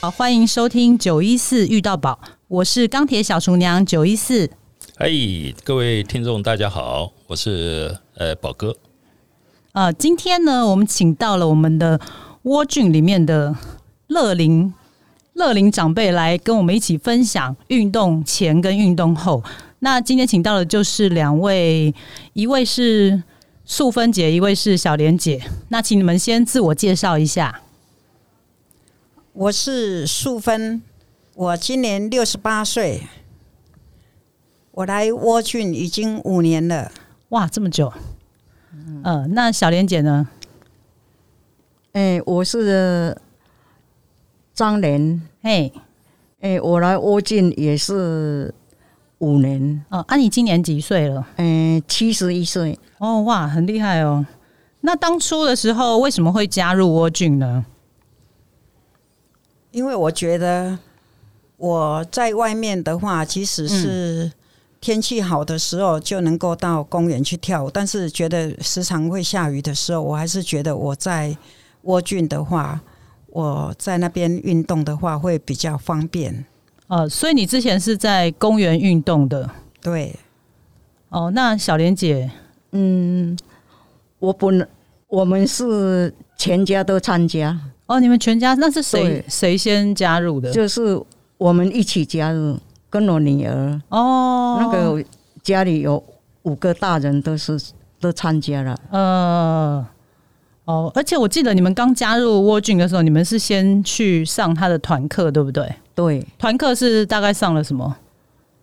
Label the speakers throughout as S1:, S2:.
S1: 好，欢迎收听九一四遇到宝，我是钢铁小厨娘九一四。
S2: 哎，各位听众大家好，我是呃宝哥。
S1: 呃，今天呢，我们请到了我们的窝菌里面的乐龄乐龄长辈来跟我们一起分享运动前跟运动后。那今天请到的就是两位，一位是素芬姐，一位是小莲姐。那请你们先自我介绍一下。
S3: 我是素芬，我今年六十八岁，我来窝菌已经五年了。
S1: 哇，这么久。呃，那小莲姐呢？
S4: 哎、我是张莲，
S1: 嘿，
S4: 哎、我来窝进也是五年，
S1: 哦、啊，你今年几岁了？
S4: 哎、七十一岁，
S1: 哦，哇，很厉害哦。那当初的时候为什么会加入窝菌呢？
S3: 因为我觉得我在外面的话，即使是天气好的时候就能够到公园去跳舞，但是觉得时常会下雨的时候，我还是觉得我在窝菌的话，我在那边运动的话会比较方便。
S1: 呃，所以你之前是在公园运动的
S3: 对，
S1: 哦。那小莲姐，
S4: 嗯，我本我们是全家都参加，
S1: 哦，你们全家那是谁
S4: 对
S1: 谁先加入的？
S4: 就是我们一起加入，跟我女儿，
S1: 哦，
S4: 那个家里有五个大人都是都参加了，
S1: 呃，哦，而且我记得你们刚加入窝菌的时候，你们是先去上他的团课，对不对？
S4: 对，
S1: 团课是大概上了什么？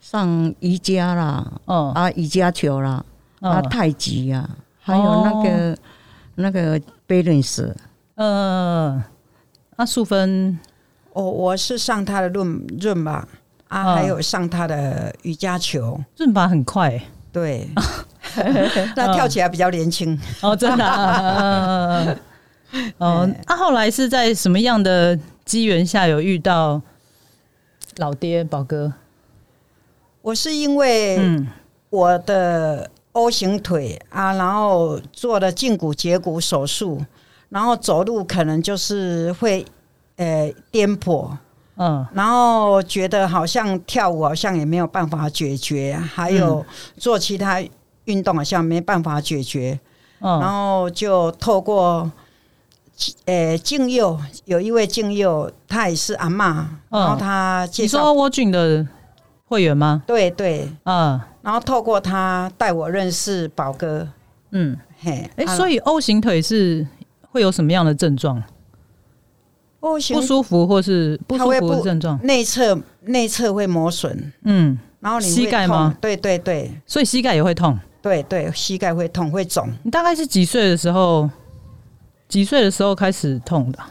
S4: 上瑜伽啦，
S1: 嗯，
S4: 啊，瑜伽球啦，啊，
S1: 嗯
S4: 太极呀、还有那个、那个 balance，
S1: 呃，那素芬，
S3: 我哦我是上他的润润吧，啊，
S1: 嗯
S3: 还有上他的瑜伽球。
S1: 润法很快欸、
S3: 对， 那跳起来比较年轻。
S1: 哦，真的、啊，嗯嗯嗯嗯哦，那、后来是在什么样的机缘下有遇到老爹宝哥？
S3: 我是因为
S1: 嗯，
S3: 我的 O 型腿啊，然后做了胫骨截骨手术，然后走路可能就是会呃颠簸，
S1: 嗯，
S3: 然后觉得好像跳舞好像也没有办法解决，还
S1: 嗯
S3: 有做其他运动好像没办法解决，然
S1: 嗯，
S3: 后就透过，呃，静佑有一位静佑，她也是阿嬷，
S1: 嗯
S3: 然后她介
S1: 你说
S3: 绍，
S1: 窝俊的会员吗？
S3: 对对，
S1: 嗯
S3: 然后透过她带我认识宝哥，
S1: 嗯，
S3: 嘿，
S1: 哎、
S3: 啊
S1: 所以 O 型腿是会有什么样的症状？
S3: O
S1: 不
S3: 型
S1: 舒服或是不
S3: 它
S1: 舒
S3: 会
S1: 服的
S3: 不
S1: 症状？
S3: 哦内侧内侧会磨损，
S1: 嗯，
S3: 然后你会
S1: 膝盖
S3: 痛
S1: 吗？
S3: 对对对
S1: 所以膝盖也会痛。
S3: 对对，膝盖会痛会肿。
S1: 你大概是几岁的时候？几岁的时候开始痛的啊？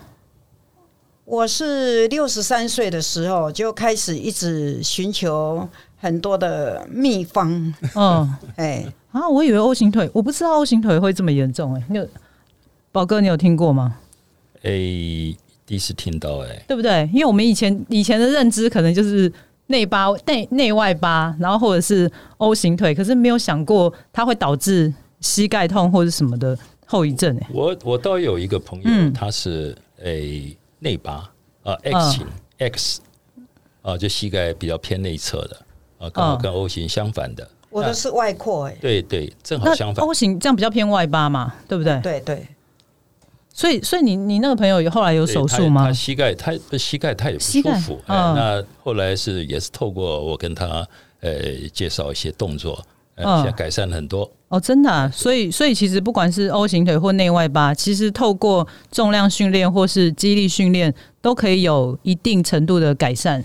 S3: 我是六十三岁的时候就开始一直寻求很多的秘方，
S1: 嗯。
S3: 哎，
S1: 啊，我以为 O 型腿，我不知道 O 型腿会这么严重哎、你有宝哥，你有听过吗？
S2: 哎，第一次听到哎，
S1: 对不对？因为我们以前以前的认知可能就是内八内内外八，然后或者是 O 型腿，可是没有想过它会导致膝盖痛或者什么的后遗症哎、
S2: 我我倒有一个朋友，
S1: 嗯
S2: 他是哎内八啊
S1: 嗯
S2: X 型 X 啊，就膝盖比较偏内侧的啊，刚好
S1: 嗯
S2: 跟 O 型相反的。
S3: 我
S1: 啊
S3: 的
S2: 那
S3: 是外扩，哎，
S2: 对对，正好相
S1: 那哦
S2: 反
S1: O。型这样比较偏外八嘛，对不对？
S3: 对对。
S1: 所以所以你你那个朋友有后来有
S2: 对
S1: 手
S2: 他
S1: 术吗
S2: 他？膝盖他不膝盖他也不
S1: 膝
S2: 舒
S1: 盖
S2: 服。哎
S1: 嗯
S2: 那后来是也是透过我跟他呃介绍一些动作，呃
S1: 嗯，
S2: 现在改善很多。
S1: 哦，真的、啊，所以所以其实不管是 O 型腿或内外八，其实透过重量训练或是肌力训练，都可以有一定程度的改善，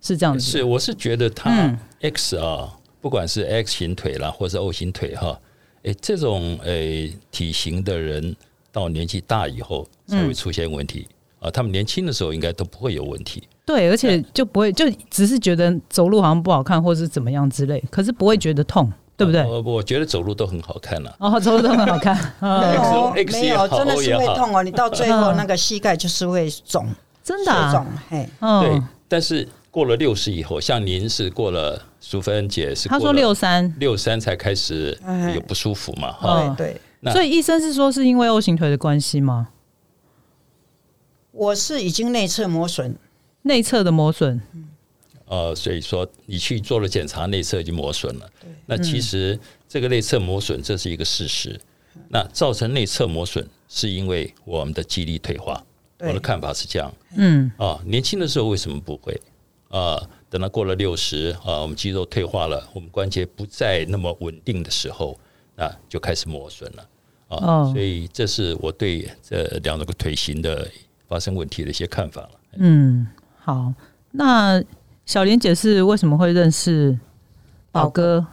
S1: 是这样子。
S2: 是，我是觉得
S1: 嗯
S2: 他 X 啊，不管是 X 型腿啦，或是 O 型腿哈，诶，这种诶体型的人到年纪大以后才会出现问题、
S1: 嗯
S2: 啊。他们年轻的时候应该都不会有问题。
S1: 对，而且就不会就只是觉得走路好像不好看，或是怎么样之类，可是不会觉得痛，对不对？
S2: 呃我觉得走路都很好看了、
S1: 哦，走路都很好 看，
S3: 没
S1: 嗯、
S3: 有
S2: X- X
S3: 没
S2: 也
S3: 有，
S2: 好嗯
S3: 真的是会痛哦。你到最后
S1: 嗯
S3: 那个膝盖就是会肿，
S1: 真的、
S3: 水
S1: 啊
S3: 肿，，嘿，
S2: 对
S1: 嗯，，
S2: 但是过了六十以后，像您是过了，淑芬姐是
S1: 他说六三，
S2: 六三才开始
S3: 哎
S2: 有不舒服嘛哈。
S1: 嗯
S3: 对对。
S2: 那
S1: 所以医生是说是因为 O 型腿的关系吗？
S3: 我是已经内侧磨损，
S1: 内侧的磨损，
S2: 呃，所以说你去做了检查，内侧已经磨损了。那其实这个内侧磨损这是一个事实。那造成内侧磨损是因为我们的肌力退化。我的
S3: 对
S2: 看法是这样
S1: 嗯
S2: 啊，年轻的时候为什么不会啊？等到过了六十啊，我们肌肉退化了，我们关节不再那么稳定的时候，那就开始磨损了啊。
S1: 哦
S2: 所以这是我对这两个腿型的发生问题的一些看法了。
S1: 嗯，好。那小莲姐是为什么会认识宝哥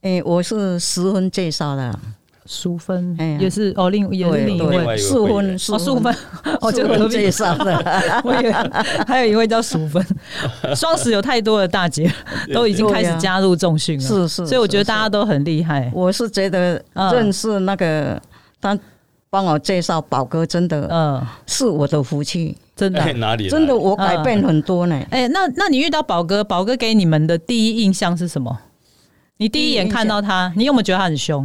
S4: 哎、我是十分介绍的，
S1: 淑芬
S4: 哎？呀
S1: 也是哦，另也是
S4: 对
S1: 另一位
S2: 外
S4: 对，
S2: 一位
S4: 四
S2: 会
S4: 分
S2: 员
S4: 四
S1: 哦，淑
S4: 分
S1: 芬，哦，就
S4: 四
S1: 隔
S4: 分
S1: 壁
S4: 介，绍的，
S1: 我以为还有一位叫淑 芬。双十有太多的大姐都已经开始加入重训了，
S4: 是是，
S1: 所以我觉得
S4: 是
S1: 大家都很厉害。
S4: 我是觉得
S1: 嗯
S4: 认识那个、他帮我介绍宝哥，真的、
S1: 嗯，
S4: 是我的福气，
S1: 真的啊
S2: 哎，。哪里
S4: 真的我
S1: 嗯
S4: 改变很多呢。
S1: 哎、那那你遇到宝哥，宝哥给你们的第一印象是什么？你第一眼看到他，你有没有觉得他很凶？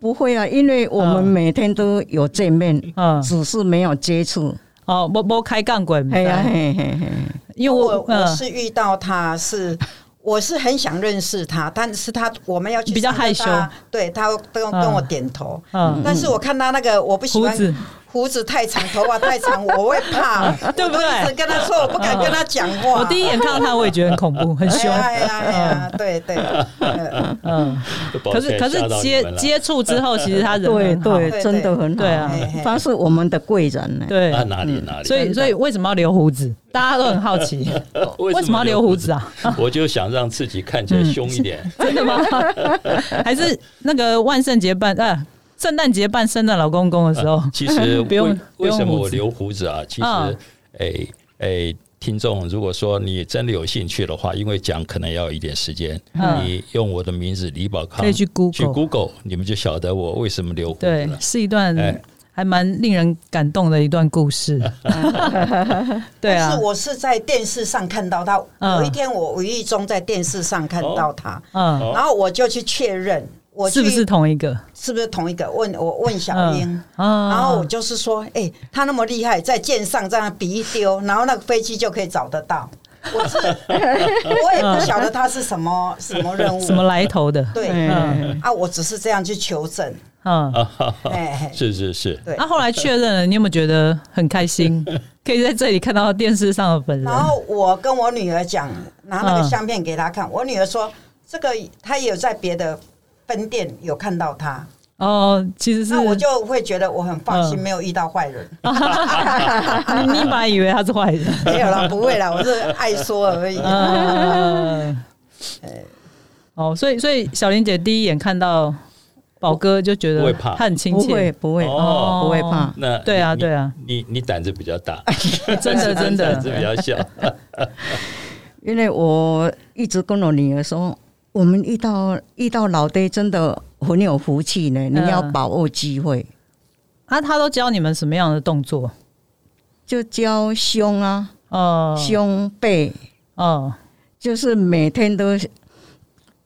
S4: 不会啊，因为我们
S1: 嗯
S4: 每天都有见面，
S1: 嗯，
S4: 只是没有接触。
S1: 哦，没没开杠鬼，
S4: 哎呀，嘿嘿嘿，
S1: 因为
S3: 我
S1: 我
S3: 我
S1: 嗯
S3: 是遇到他是。我是很想认识他，但是他我们要去
S1: 比较
S3: 上课
S1: 害羞
S3: 他对他都跟我
S1: 嗯
S3: 点头，
S1: 嗯，
S3: 但是我看他那个我不喜
S1: 胡
S3: 欢
S1: 子
S3: 胡子太长，头发太长，我会怕，
S1: 对不对
S3: 我一直跟他说，我不敢跟他讲话。
S1: 我第一眼看到他，我也觉得很恐怖，很
S3: 哎
S1: 凶
S3: 呀。哎呀哎呀，对 对，呃
S1: 嗯，可是可是接接触之后，其实他人
S4: 对
S1: 很好
S4: 对，
S3: 对
S4: 真的很好。
S1: 对啊
S3: 嘿嘿
S4: 他是我们的贵人呢。
S1: 对
S2: 啊，哪里哪里，
S1: 所以所以为什么要留胡子？大家都很好奇，为什么要留胡子？啊？
S2: 我就想让自己看起来凶一点。
S1: 真的吗？还是那个万圣节扮呃圣诞节扮圣诞老公公的时 候，
S2: 其实
S1: 嗯 不用
S2: 为
S1: 不
S2: 为
S1: 用
S2: 什么
S1: 胡
S2: 我
S1: 子
S2: 留胡子啊？其实
S1: 嗯，
S2: 哎哎，听众，如果说你真的有兴趣的话，因为讲可能要有一点时间，
S1: 嗯
S2: 你用我的名字李宝康
S1: 可以去 Google
S2: Google，你们就晓得我为什么留胡子
S1: 对
S2: 了，。
S1: 是一段
S2: 哎
S1: 还蛮令人感动的一段故事。对
S3: 但
S1: 啊
S3: 是，我是在电视上看到他，
S1: 嗯
S3: 有一天我无意中在电视上看到他，
S1: 嗯，
S2: 哦
S3: 然后我就去确认，我去
S1: 是不是同一个？
S3: 是不是同一个？问我问小英。
S1: 啊
S3: 然后我就是说，哎、他那么厉害，在舰上这样比一丢，然后那个飞机就可以找得到。我 是我也不晓得他是什么什么任务，
S1: 什么来头的？
S3: 对、
S4: 哎
S1: 嗯
S3: 啊，我只是这样去求证。
S1: 嗯。
S2: 啊 哈哈，
S3: 哎、
S2: 是是是，
S3: 对
S1: 那、后来确认了，你有没有觉得很开 心？可以在这里看到电视上的本人
S3: 然。后我跟我女儿讲，拿那
S1: 嗯
S3: 个相片给她看，我女儿说，这个她也有在别的分店有看到他，
S1: 哦，其实是
S3: 那我就会觉得我很放
S1: 嗯
S3: 心，没有遇到坏人。
S1: 你你本来以为他是坏人。
S3: 没有啦，不 会啦，我是爱说而已。
S1: 嗯，哦，所以所以小玲姐第一眼看到宝哥就觉
S2: 不
S1: 得
S2: 会怕
S1: 他很亲
S4: 不会
S1: 切，
S4: 不会，
S2: 哦
S4: 不会怕。
S2: 那
S1: 对啊
S2: 你
S1: 对啊，
S2: 你你胆子比较 大，
S1: 真 的真
S2: 胆子比
S1: 的，
S2: 较小，
S4: 因为我一直跟我女儿说，我们遇到遇到老爹真的很有福气
S1: 嗯
S4: 呢，你要把握机会。
S1: 啊，他都教你们什么样的动作？
S4: 就教胸啊、
S1: 哦，
S4: 胸背，
S1: 哦，
S4: 就是每天都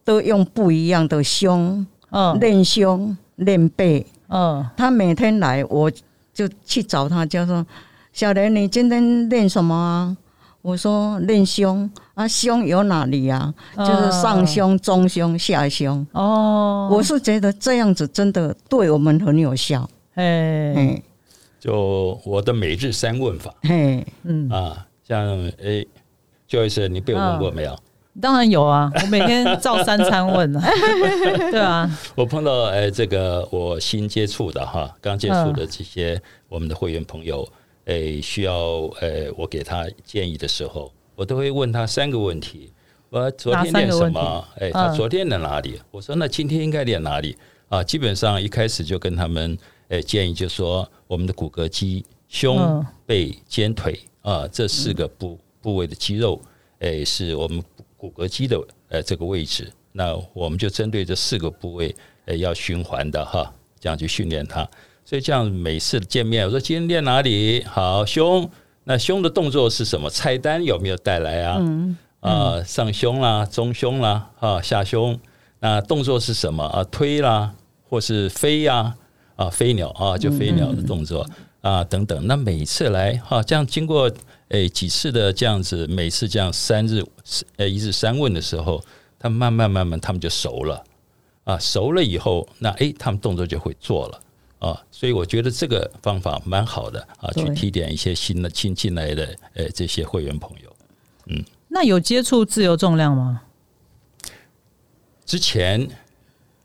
S4: 都用不一样的胸
S1: 哦，
S4: 练胸练背。
S1: 哦，
S4: 他每天来，我就去找他，就说：“小莲，你今天练什么啊？”我说：“练胸啊，胸有哪里啊？就是上胸、中胸、下胸。”
S1: 哦，
S4: 我是觉得这样子真的对我们很有效。
S1: 哎，
S4: 嘿，
S2: 就我的每日三问法
S4: 嘿，
S1: 嗯，
S2: 啊，像哎，Joyce，你被我问过没有？
S1: 当然有啊，我每天照三餐问 啊，对啊，
S2: 我碰到哎，这个我新接触的哈，刚接触
S1: 嗯
S2: 的这些我们的会员朋友，哎，需要哎我给他建议的时候，我都会问他三个问题。我昨天练什么？哎，他
S1: 嗯
S2: 昨天练哪里？我说那今天应该练哪里？啊，基本上一开始就跟他们哎建议，就说我们的骨骼肌、胸
S1: 嗯、
S2: 背、肩、腿啊这四个部部位的肌肉，哎，是我们骨骼肌的呃这个位置。那我们就针对这四个部位，呃，要循环的哈，这样去训练它。所以这样每次见面，我说今天练哪里？好，胸。那胸的动作是什么？菜单有没有带来啊？啊、上胸啦，中胸啦，啊，下胸。那动作是什么啊？推啦，或是飞呀、啊，飞鸟啊，就飞鸟的动作、啊，等等。那每次来哈、这样经过哎几次的这样子，每次这样三日呃一日三问的时候，他们慢慢慢慢他们就熟了啊，熟了以后，那哎他们动作就会做了。啊，所以我觉得这个方法蛮好的啊，去
S4: 对
S2: 提点一些新的新进来的呃这些会员朋友。
S1: 那有接触自由重量吗？
S2: 之前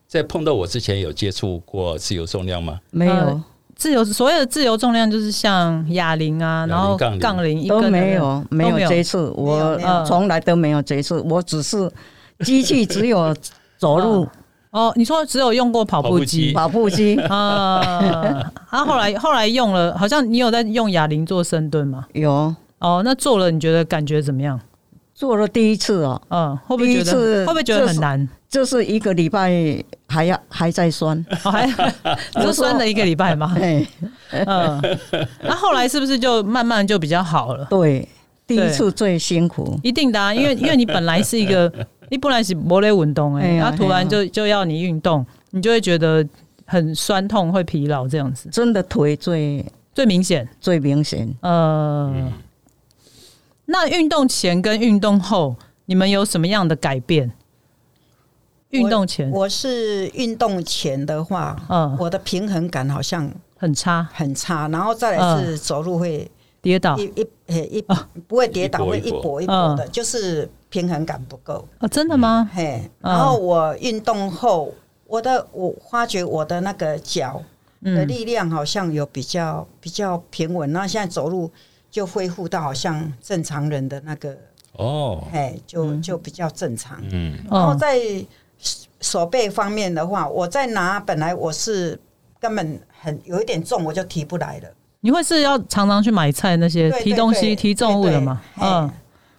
S2: 在碰到我之前有接触过自由重量吗？
S4: 没有
S1: 呃自由所谓的自由重量就是像哑铃啊，
S2: 哑铃
S1: 然后
S2: 杠铃
S1: 杠铃一根
S4: 都
S1: 的
S4: 没有没
S1: 都没有
S4: 有接触，我
S3: 没
S1: 有
S4: 从来都没有接触，我 只是机器只有走路
S1: 哦。你说只有用过跑步机
S2: 跑
S4: 跑 步机
S1: 啊？啊，后来后来用了，好像你有在用哑铃做深蹲吗？
S4: 有
S1: 哦，那做了你觉得感觉怎么样？
S4: 做了第一次哦，
S1: 嗯，会不会觉
S4: 第一
S1: 得
S4: 次
S1: 会不会觉得
S4: 就是
S1: 很难？
S4: 就是一个礼拜还要还在酸，
S1: 哦， 还你就酸了一个礼拜吗？
S4: 哎，
S1: 嗯，那后来是不是就慢慢就比较好了？
S4: 对，第一
S1: 对
S4: 次最辛苦，
S1: 一定的啊，因 为因为你本来是一个，你本来是摩雷运动哎、
S4: 哎呀
S1: 然后突
S4: 哎
S1: 然
S4: 呀
S1: 就就要你运动，你就会觉得很酸痛、会疲劳这样子，
S4: 真的腿最
S1: 最明显。
S4: 最明显。
S1: 呃，
S2: 嗯
S1: 那运动前跟运动后，你们有什么样的改变？运动前，
S3: 我是运动前的话，
S1: 嗯，
S3: 我的平衡感好像
S1: 很差，
S3: 很差，然后再来是走路会
S1: 跌倒
S3: 一一呃一
S1: 啊
S3: 不会跌倒，
S2: 一跛
S3: 会
S2: 一跛
S3: 一跛一跛
S1: 嗯
S3: 的，就是平衡感不够。
S1: 哦，真的吗？
S3: 嘿，
S1: 嗯
S3: 然后我运动后，我的我发觉我的那个脚的
S1: 嗯，
S3: 力量好像有比较比较平稳，那现在走路就恢复到好像正常人的那个，
S2: 哦，
S3: 嘿，就
S4: 嗯
S3: 就比较正常。
S2: 嗯，
S3: 然后
S1: 哦，
S3: 在手手背方面的话，我在拿本来我是根本很有一点重，我就提不来了。
S1: 你会是要常常去买菜那些
S3: 对
S1: 提
S3: 对
S1: 东西、
S3: 对
S1: 提重物的吗？
S3: 对哎对
S1: 嗯，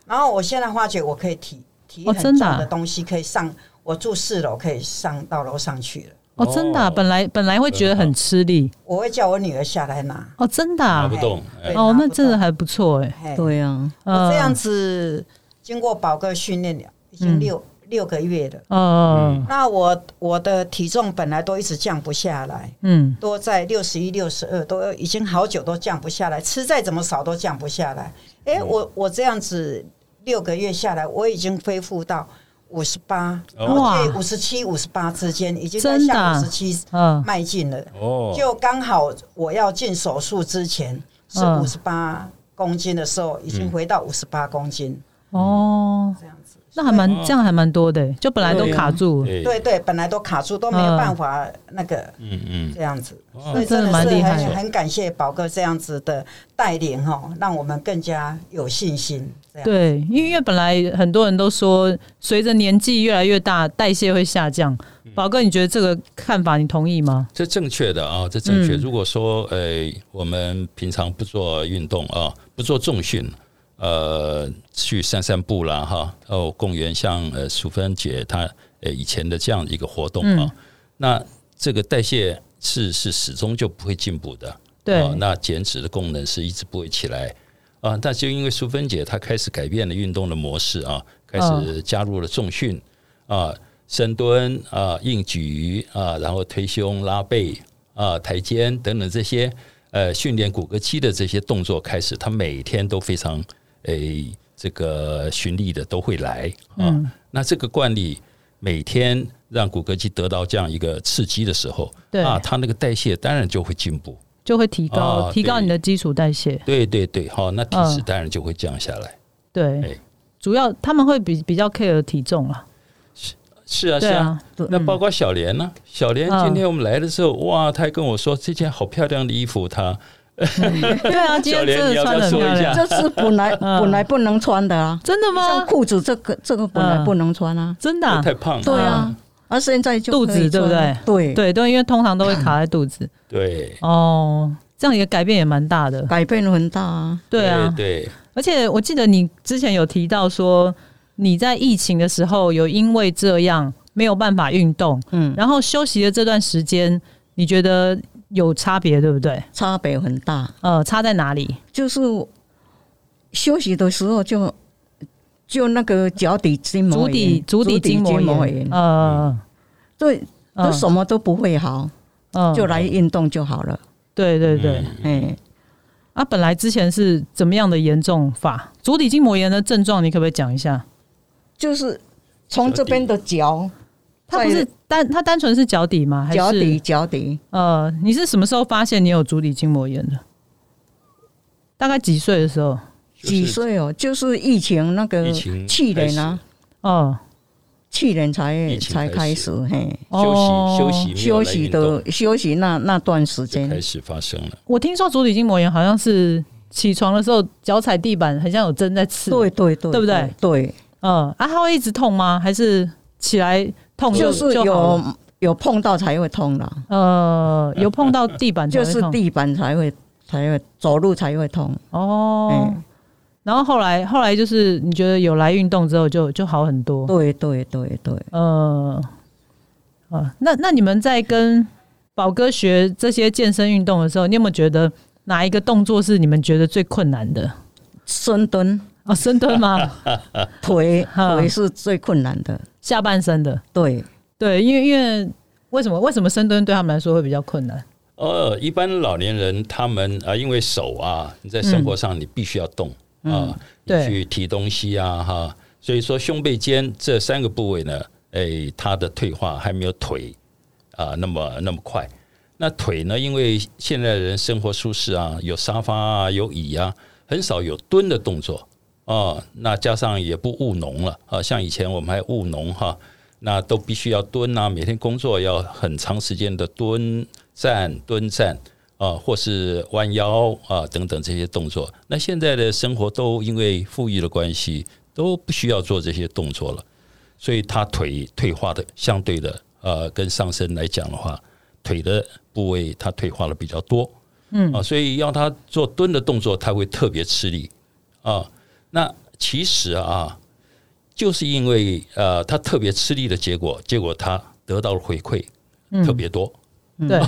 S3: 然后我现在发觉我可以提提
S1: 哦
S3: 很
S1: 真
S3: 重
S1: 的啊
S3: 的东西，可以上我住四楼，可以上到楼上去了。
S1: 哦，真的啊、
S2: 哦
S1: 本来本来会觉得很吃力，
S3: 我会叫我女儿下来拿。
S1: 哦，真的、
S2: 拿
S1: 啊
S2: 不，动，哎
S3: 对
S1: 哦，那真的
S3: 拿
S1: 还不错哎、
S3: 嘿
S4: 对啊，
S1: 呃
S3: 我这样子经过宝哥训练了，已经六、
S1: 嗯
S3: 六个月了。
S1: 呃，
S3: 那我我的体重本来都一直降不下来，
S1: 嗯，
S3: 都在六十一、六十二，都已经好久都降不下来，吃再怎么少都降不下来。哎、
S2: 嗯
S3: 我我这样子六个月下来，我已经恢复到五十八，
S2: 哦
S1: 哇
S3: 五十七、五十八之间，已经在
S1: 真的
S3: 向
S1: 啊
S3: 五十七
S1: 嗯，
S3: 迈进了。
S2: 哦，
S3: 就刚好我要进手术之前是
S1: 嗯
S3: 五十八公斤的时候，已经回到五十八公斤
S1: 哦，
S3: 这样子。
S1: 那还蛮
S2: 哦
S1: 这样还蛮多的欸、就本来都
S4: 对啊
S1: 卡住了，
S2: 对
S3: 对对，本来都卡住，都没有办法那个
S2: 哎嗯嗯，
S3: 这样子。
S2: 哦
S3: 所以
S1: 真
S3: 真
S1: 的
S3: 的
S1: 蛮
S3: 是
S1: 厉害的
S3: 很很感谢宝哥这样子的带领哦，让我们更加有信心。这样
S1: 对，因为因为本来很多人都说，随着年纪越来越大，代谢会下降。
S2: 嗯
S1: 宝哥，你觉得这个看法你同意吗？
S2: 这正确的啊，这正确。
S1: 嗯
S2: 如果说呃，我们平常不做运动啊，不做重训，呃，去散散步啦哈，哦，公园像呃淑芬姐她呃以前的这样一个活动啊，那这个代谢是是始终就不会进步的。
S1: 对，
S2: 哦那减脂的功能是一直不会起来啊。但就因为淑芬姐她开始改变了运动的模式啊，开
S1: 嗯
S2: 始加入了重训啊、深蹲啊、硬举啊，然后推胸、拉背啊、抬肩等等这些呃训练骨骼肌的这些动作开始，她每天都非常诶、这个循例的都会来啊。
S1: 嗯
S2: 那这个惯例每天让骨骼肌得到这样一个刺激的时候，
S1: 对
S2: 啊，它那个代谢当然就会进步。
S1: 就会提高、
S2: 啊
S1: 提高
S2: 对
S1: 你的基础代谢。
S2: 对对对，好，那体脂
S1: 嗯
S2: 当然就会降下来。
S1: 对，
S2: 哎
S1: 主要他们会比比较 care 体重了。
S2: 是啊，是
S1: 对
S2: 啊。
S1: 啊，
S4: 嗯
S2: 那包括小莲呢？小莲
S1: 嗯
S2: 今天我们来的时候，哇，她还跟我说这件好漂亮的衣服，她
S1: 对啊，今
S2: 小
S1: 天
S2: 莲
S1: 真的
S2: 你要不
S1: 穿
S2: 要
S1: 的很
S2: 说
S1: 漂
S2: 一
S1: 亮
S2: 下，
S4: 这是本来
S1: 嗯
S4: 本来不能穿的啊，
S1: 真的
S4: 像
S1: 吗？
S4: 裤子这个这个本
S1: 嗯
S4: 来不能穿啊，
S1: 真的啊、
S2: 太胖了。
S4: 对啊，而现在就可以
S1: 肚子对不对
S4: 穿？对
S1: 对对，因为通常都会卡在肚子。
S2: 对
S1: 哦，这样一个改变也蛮大的。
S4: 改变很大啊，
S1: 对啊，
S2: 对，
S1: 而且我记得你之前有提到说，你在疫情的时候有因为这样没有办法运动，
S4: 嗯，
S1: 然后休息的这段时间，你觉得有差别，对不对？
S4: 差别很大，
S1: 呃，差在哪里？
S4: 就是休息的时候就就那个脚底筋膜
S1: 足底
S4: 炎，
S1: 足底筋膜炎，呃，
S4: 对，
S1: 呃
S4: 都什么都不会好，
S1: 嗯
S4: 就来运动就好了，
S1: 对对对，
S2: 嗯
S4: 哎，
S1: 啊，本来之前是怎么样的严重法？足底筋膜炎的症状，你可不可以讲一下？
S4: 就是从这边的脚，
S1: 它不是单，它单纯是脚底吗？还是
S4: 脚底脚底，
S1: 呃，你是什么时候发现你有足底筋膜炎的？大概几岁的时候？
S2: 就是
S4: 几岁哦？就是疫情那个
S2: 疫情
S4: 去年啊，
S1: 哦，
S4: 去年
S2: 疫
S4: 才
S2: 情
S4: 才
S2: 开
S4: 开
S2: 始
S4: 始嘿，
S1: 哦
S2: 休息
S4: 休
S2: 休
S4: 息
S2: 息没有来运动
S4: 的休息那那段时
S2: 就开
S4: 间，
S2: 始发生了。
S1: 我听说足底筋膜炎好像是起床的时候脚踩地板，很像有针在刺。
S4: 对，对对，
S1: 对不对？
S4: 对，
S1: 嗯，啊，它会一直痛吗？还是起来痛就
S4: 就是
S1: 就好了
S4: 有有碰到才会痛啦，
S1: 呃 有碰到地板才
S4: 就
S1: 会
S4: 是
S1: 痛
S4: 地板才会才会走路才会痛，
S1: 哦。
S4: 嗯
S1: 然后后来后来就是你觉得有来运动之后就就好很多。
S4: 对对对对，
S1: 呃，啊，那那你们在跟宝哥学这些健身运动的时候，你有没有觉得哪一个动作是你们觉得最困难的？
S4: 深蹲
S1: 哦，深蹲吗？
S4: 腿
S1: 嗯
S4: 腿是最困难的，
S1: 下半身的，
S4: 对，
S1: 对，因为因为为什么为什么深蹲对他们来说会比较困难？
S2: 呃，一般老年人他们啊，因为手啊，你在生活上你必须要动、啊，你
S1: 对
S2: 去提东西啊，哈，所以说胸背肩这三个部位呢，哎，它的退化还没有腿啊那么那么快。那腿呢，因为现在人生活舒适啊，有沙发啊，有椅啊，很少有蹲的动作啊。那加上也不务农了啊，像以前我们还务农哈、那都必须要蹲啊，每天工作要很长时间的蹲站、蹲站啊，或是弯腰啊等等这些动作。那现在的生活都因为富裕的关系，都不需要做这些动作了，所以他腿退化的相对的呃，跟上身来讲的话，腿的部位它退化的比较多，嗯啊，所以要他做蹲的动作，他会特别吃力啊。那其实啊，就是因为呃，他特别吃力的结果，结果他得到了回馈特别多。
S1: 对，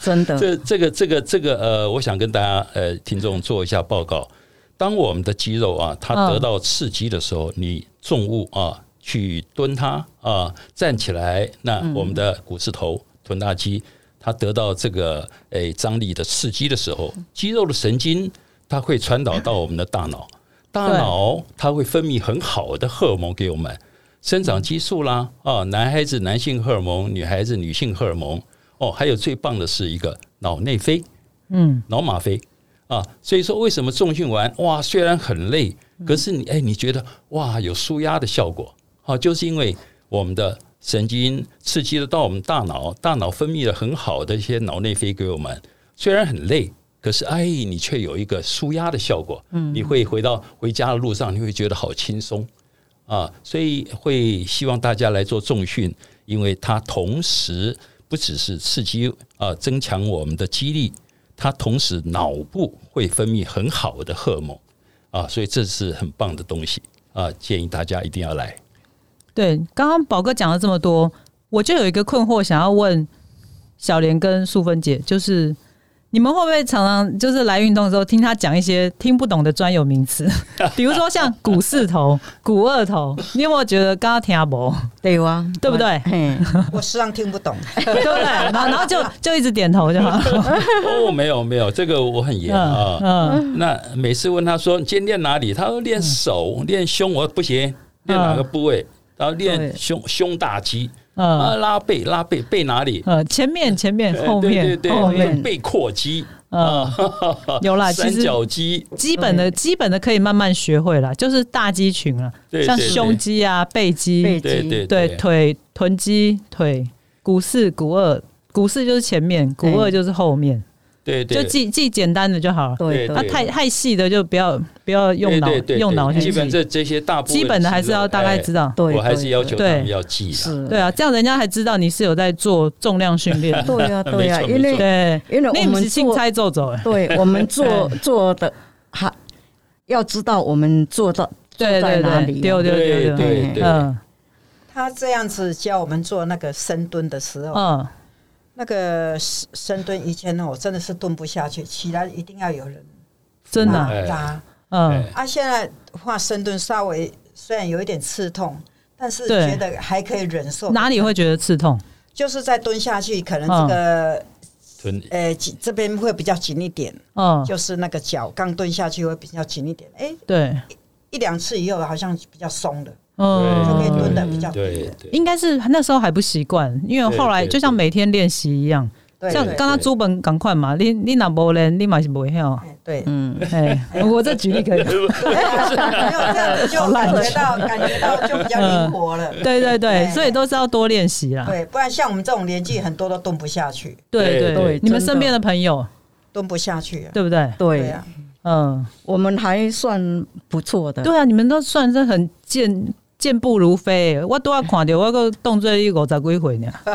S4: 真的，
S2: 哦这这个这个这个呃，我想跟大家呃听众做一下报告。当我们的肌肉啊，它
S1: 嗯
S2: 得到刺激的时候，你重物啊去蹲它啊，站起来，那我们的股四头、臀大肌，它得到这个诶张力的刺激的时候，肌肉的神经它会传导到我们的大脑，大
S1: 对
S2: 脑它会分泌很好的荷尔蒙给我们，生长激素啦，啊，男孩子男性荷尔蒙，女孩子女性荷尔蒙，哦，还有最棒的是一个脑内啡，
S1: 嗯，
S2: 脑吗啡啊。所以说，为什么重训完哇，虽然很累，可是你哎，你觉得哇有舒压的效果啊，就是因为我们的神经刺激得到我们大脑，大脑分泌了很好的一些脑内啡给我们，虽然很累。可是，哎，你却有一个舒压的效果。嗯，你会回到回家的路上，你会觉得好轻松啊，所以会希望大家来做重训，因为它同时不只是刺激啊、增强我们的肌力，它同时脑部会分泌很好的荷尔蒙啊，所以这是很棒的东西啊，建议大家一定 要来。
S1: 对，刚刚宝哥讲了这么多，我就有一个困惑想要问小莲跟素芬姐，就是你们会不会常常就是来运动的时候听她讲一些听不懂的专有名词，比如说像股四头、股二头，你有没有觉得刚刚听阿伯
S4: 对哇，哎
S1: 对不对
S4: 嘿，
S3: 我实际上听不 懂。
S1: 对不对？然后然后就就一直点头就好。
S2: 哦，没有没有，这个我很严啊。
S1: 嗯，
S2: 那每次问他说你今天练哪里，他说练手、练胸，我说不行，练哪个部位？然后练
S4: 对
S2: 胸胸大肌啊，
S1: 嗯
S2: 拉背拉背背哪里？
S1: 呃，前面前面
S2: 呃
S1: 后
S2: 对
S1: 面
S2: 对
S1: 后面，
S2: 对，背阔肌
S1: 嗯，
S2: 啊，
S1: 有啦，其
S2: 三
S1: 实
S2: 角肌，
S1: 基本的基本的可以慢慢学会啦，就是大肌群啊，
S2: 对
S1: 像
S2: 对对
S1: 胸肌啊、背肌、
S4: 背肌
S2: 对对
S1: 对，腿、臀肌、腿，股四、股二，股四就是前面，股二就是后面，
S2: 对
S1: 就
S2: 对，
S1: 记记简单的就好了。
S4: 对
S2: 对
S1: 那
S2: 对
S1: 太太细的就不要不要用脑
S2: 对对对
S1: 用脑去
S2: 基本
S1: 记，
S2: 这这些大部分
S1: 基本的还是要大概
S2: 道。哎哎
S1: 知道。
S4: 对，
S2: 我还是
S4: 对
S2: 要求他
S1: 对
S2: 们要记的。
S4: 是，。
S1: 对啊，这样人家还知道你是有在做重量训练
S4: 对 呀，对呀，
S2: 没错
S4: 因
S2: 没
S4: 为
S2: 错
S1: 对，
S4: 因为
S1: 那
S4: 我
S1: 不
S4: 们
S1: 是钦
S4: 做，
S1: 差走走 哎。
S4: 对我们做做的还要知道我们做到
S1: 对
S4: 在
S1: 对
S4: 哪
S1: 对，
S4: 里啊
S1: 丢丢丢
S2: 对
S1: 丢。
S2: 对
S4: 嗯
S2: 对，
S1: 嗯
S3: 他这样子教我们做那个深蹲的时候，
S1: 嗯，
S3: 那个深深蹲以前呢，我真的是蹲不下去，起来一定要有人
S1: 真的
S3: 拉
S1: 啊
S2: 哎
S3: 拉。
S1: 嗯
S2: 哎，
S3: 啊，现在的话深蹲稍微虽然有一点刺痛，但是
S1: 对
S3: 觉得还可以忍受。
S1: 哪里会觉得刺痛？
S3: 就是在蹲下去，可能这个
S2: 臀
S3: 呃，紧这边会比较紧一点，
S1: 嗯，
S3: 就是那个脚刚蹲下去会比较紧一点。哎、
S1: 对，
S3: 一两次以后好像比较松了，
S2: 对
S3: 就可以蹲
S1: 嗯，
S3: 的比较低
S2: 对
S3: 了。
S2: 对
S1: 应该是那时候还不习惯，因为后来
S2: 对对
S1: 就像每天练习一样，
S3: 对，
S1: 像
S3: 对
S1: 刚刚朱本赶快嘛，你你哪无练，你嘛是不会晓。
S3: 哎对，
S4: 嗯，
S1: 哎，我这举例可以。
S3: 没有这样子就
S1: 好烂嗯
S3: 感觉到感觉到就比较灵活了。
S1: 对对对，
S3: 哎
S1: 所以都是要多练习啦。
S3: 对，不然像我们这种年纪，很多都蹲不下去，
S1: 对对
S2: 对
S1: 对
S4: 对，
S1: 你们
S4: 真的
S1: 身边的朋友
S3: 蹲不下去啊。
S1: 对不对？
S3: 对
S4: 对
S3: 呀、，
S1: 嗯，
S4: 我们还算不错的。
S1: 对啊，你们都算是很健健步如飞欸。我都要看到我个动作一五十几回呢。哎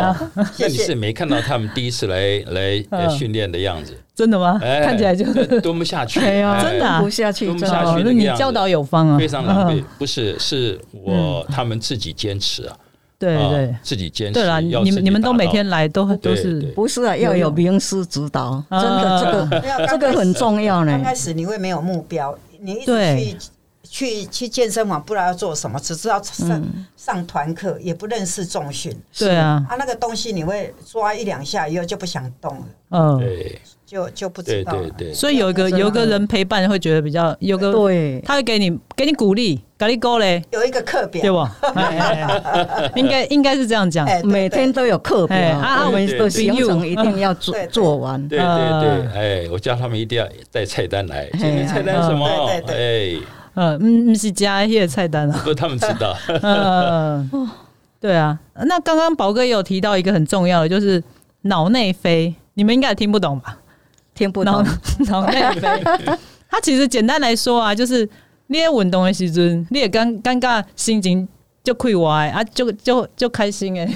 S2: 哦，那
S3: 谢
S2: 你是
S3: 谢。
S2: 没看到他们第一次来来呃
S1: 嗯
S2: 训练的样子，
S1: 真的吗？
S2: 哎
S1: 看起来就
S2: 蹲不下去，
S4: 哎呀，
S2: 哎
S1: 真的啊
S4: 不下去，
S2: 蹲不
S4: 真的
S2: 下去
S1: 哦
S2: 那
S1: 那
S2: 个
S1: 你
S2: 样子
S1: 教导有方啊，
S2: 非常狼狈
S1: 嗯。
S2: 不是，是我他们自己坚持啊，
S1: 对
S2: 啊
S1: 对
S2: 自己坚持。
S1: 对啦，你
S2: 要
S1: 你
S2: 自己
S1: 们你们都
S2: 达
S1: 每
S2: 到
S1: 天来都都
S2: 对
S1: 是
S2: 对
S4: 不是啊，要有啊名师指导，
S1: 嗯
S4: 真的这
S3: 没有
S4: 个
S3: 刚开
S4: 这个
S3: 始
S4: 很重要呢
S3: 刚。开始你会没有目标，你一
S1: 对
S3: 直去去去健身房，不知道要做什么，只知道上、上团课，也不认识重训
S1: 嗯对啊，
S3: 啊，那个东西你会抓一两下以后就不想动了，
S1: 嗯，
S2: 对
S3: 就就不知
S2: 对
S3: 道了。
S2: 对对，
S1: 所以有一个有一个人陪伴会觉得比较有个，
S4: 对，
S1: 他会给你给你鼓励，给你勾嘞，
S3: 有一个课表，
S1: 对不？哎应该应该是这样讲，
S3: 哎，对
S4: 每天都有课
S1: 哎
S4: 表
S1: 啊啊，
S4: 我们
S2: 对
S4: 的
S2: 对
S4: 行程一定要做
S3: 对对
S4: 做完。
S2: 对对
S1: 呃
S2: 对，哎，我叫他们一定要带菜单来，今天
S4: 哎
S2: 菜单是什么？
S3: 对对
S2: 哎，
S1: 呃，嗯，嗯是加一些菜单啊。
S2: 不，他们知 道，
S1: 嗯，对啊。那刚刚宝哥也有提到一个很重要的，就是脑内飞，你们应该也听不懂吧？
S4: 听不
S1: 脑
S4: 懂，
S1: 脑内飞，它其实简单来说啊，就是你在运动的时阵，你也尴尴尬，心情就溃歪啊，就就就开心哎、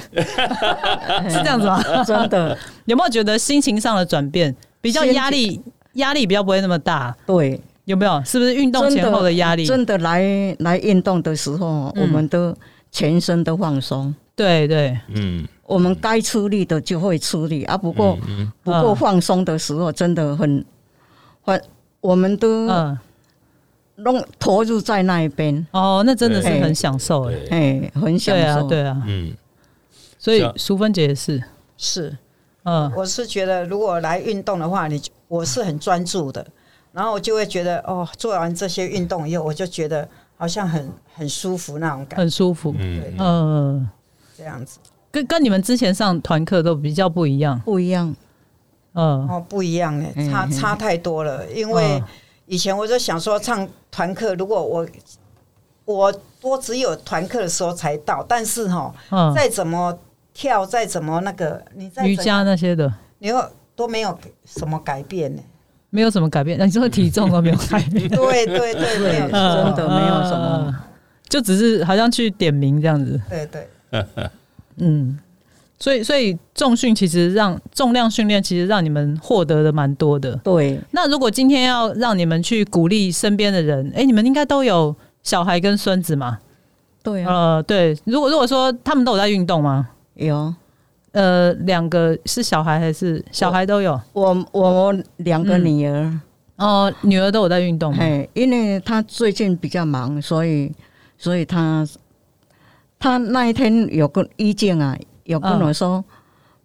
S1: 是这样子吗？
S4: 哎真的
S1: 有没有觉得心情上的转变比较压力？压力比较不会那么大，
S4: 对。
S1: 有没有？是不是运动
S4: 真
S1: 前后的压力？
S4: 真的来来运动的时候，
S1: 嗯
S4: 我们都全身都放松，
S1: 对对，
S2: 嗯，
S4: 我们该出力的就会出力啊。不过、
S2: 嗯
S4: 不过放松的时候真的很，很我们都
S1: 嗯，
S4: 弄投入在那一边，
S1: 哦，那真的是
S4: 对
S1: 很享受哎、
S2: 对，
S4: 哎，很享
S1: 对啊
S4: 受。，
S1: 对啊，
S2: 嗯，
S1: 所以
S2: 像
S1: 淑芬姐也是，
S3: 是
S1: 嗯，
S3: 我是觉得，如果来运动的话，你就我是很专注的，然后我就会觉得哦，做完这些运动以后，我就觉得好像很很舒服那种感觉，
S1: 很舒服，
S2: 嗯
S1: 嗯，
S3: 这样子
S1: 跟跟你们之前上团课都比较不一样，
S4: 不一样，
S1: 嗯，
S3: 哦不一样呢，
S4: 嗯
S3: 差
S4: 嗯
S3: 差太多了。因为
S1: 嗯
S3: 以前我就想说，唱团课，如果我我我只有团课的时候才到，但是哈、
S1: 嗯，
S3: 再怎么跳，再怎么那个，你再
S1: 瑜
S3: 怎
S1: 伽那些的
S3: 你又都没有什么改变呢。，
S1: 没有什么改变，你说体重都没有改变
S3: 对对对，没有
S4: 嗯
S3: 错
S4: 真的没有什么
S1: 嗯，就只是好像去点名这样子，
S3: 对对。
S1: 嗯。所以，所以重训其实让重量训练其实让你们获得的蛮多的。
S4: 对，
S1: 那如果今天要让你们去鼓励身边的人，哎、你们应该都有小孩跟孙子嘛？
S4: 对啊，
S1: 呃，对，如果如果说他们都有在运动吗？
S4: 有
S1: 呃，两个是小孩还是小孩都有？
S4: 我我两个女儿，
S1: 哦、女儿都有在运动吗？
S4: 哎，因为她最近比较忙，所以所以她她那一天有个意见啊，有跟
S1: 嗯
S4: 我说，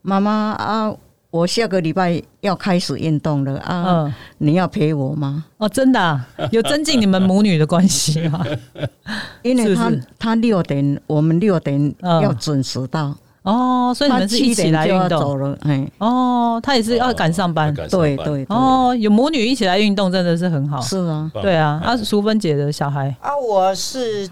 S4: 妈妈啊，我下个礼拜要开始运动了
S1: 嗯、
S4: 啊，你要陪我吗？
S1: 哦，真的啊、有增进你们母女的关系 吗？
S4: 因
S1: 是
S4: 为她
S1: 是
S4: 她六点，我们六点
S1: 嗯
S4: 要准时到，
S1: 哦，所以你
S4: 她
S1: 们是一
S4: 七
S1: 起
S4: 点
S1: 来
S4: 就
S1: 运
S4: 要走
S1: 动
S4: 了，哎，
S1: 哦，他也是要赶上班
S2: 要。赶上
S4: 对
S2: 班，
S4: 对对，
S1: 哦，有母女一起来运动真的是很好。
S4: 是啊，
S2: 棒
S1: 对啊，啊，
S2: 嗯
S1: 淑芬姐的小孩
S3: 啊，我是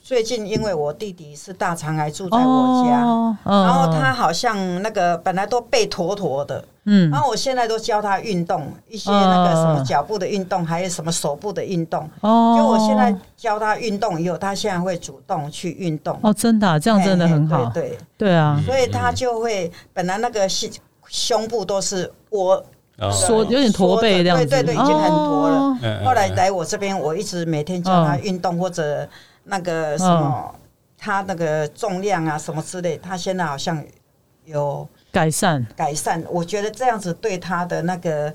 S3: 最近因为我弟弟是大肠癌住在我家，
S1: 哦，嗯
S3: 然后他好像那个本来都背坨坨的，
S1: 嗯
S3: 然后我现在都教他运动一些那个什么
S1: 嗯
S3: 脚部的运动，还有什么手部的运动。
S1: 哦，
S3: 就我现在教他运动以后，他现在会主动去运动，
S1: 哦，真的啊、这样真的
S3: 嘿嘿
S1: 很好。
S3: 对对，
S1: 对啊，
S3: 所以他就会本来那个胸胸部都是我，
S2: 哦
S1: 说有点驼背这样子，
S3: 对对对已经很驼了
S1: 哦
S2: 嗯嗯
S3: 后来来我这边，我一直每天教他
S1: 嗯
S3: 运动或者那个什么，他那个重量啊什么之类，他现在好像有
S1: 改善。
S3: 改善。我觉得这样子对他的那个，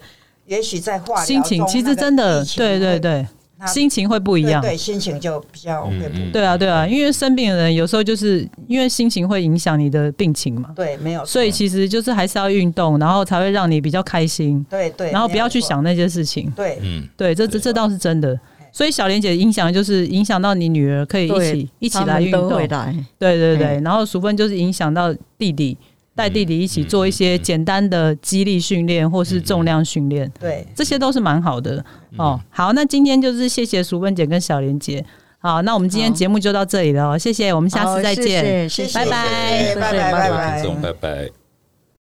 S3: 也许在化疗
S1: 心情
S3: 中
S1: 其
S3: 那
S1: 实
S3: 个
S1: 真的
S3: 疫，情
S1: 对对
S3: 会，
S1: 对，
S3: 他
S1: 心情会不
S3: 不
S1: 一样。
S3: 对，心情就比较会不、
S2: 嗯嗯
S1: 对啊，对啊，因为生病的人有时候就是因为心情会影响你的病情嘛，
S3: 对，没有错，
S1: 所以其实就是还是要运动，然后才会让你比较开心，
S3: 对对，
S1: 然后不要去
S3: 没有错，
S1: 想那些事情。
S3: 对，
S2: 嗯，
S1: 对，这这这倒是真的。所以小莲姐的影响就是影响到你女儿可以一
S4: 对
S1: 起一起
S4: 他们
S1: 来运动
S4: 都，会来，
S1: 对对对。然后淑芬就是影响到弟弟，带弟弟一起做一些简单的肌力训练或是重量训练，
S3: 对，
S1: 这些都是蛮好的
S2: 嗯
S1: 哦。好，那今天就是谢谢淑芬姐跟小莲姐。好，那我们今天
S4: 好
S1: 节目就到这里了哦，谢谢，我们下次
S4: 好
S1: 再
S4: 谢
S1: 见。
S4: 谢，谢
S3: 谢
S4: 谢
S3: 谢
S1: 拜拜
S2: 谢谢
S3: 拜
S2: 嗯
S3: 拜拜
S2: 各位
S3: 拜
S2: 听众拜拜。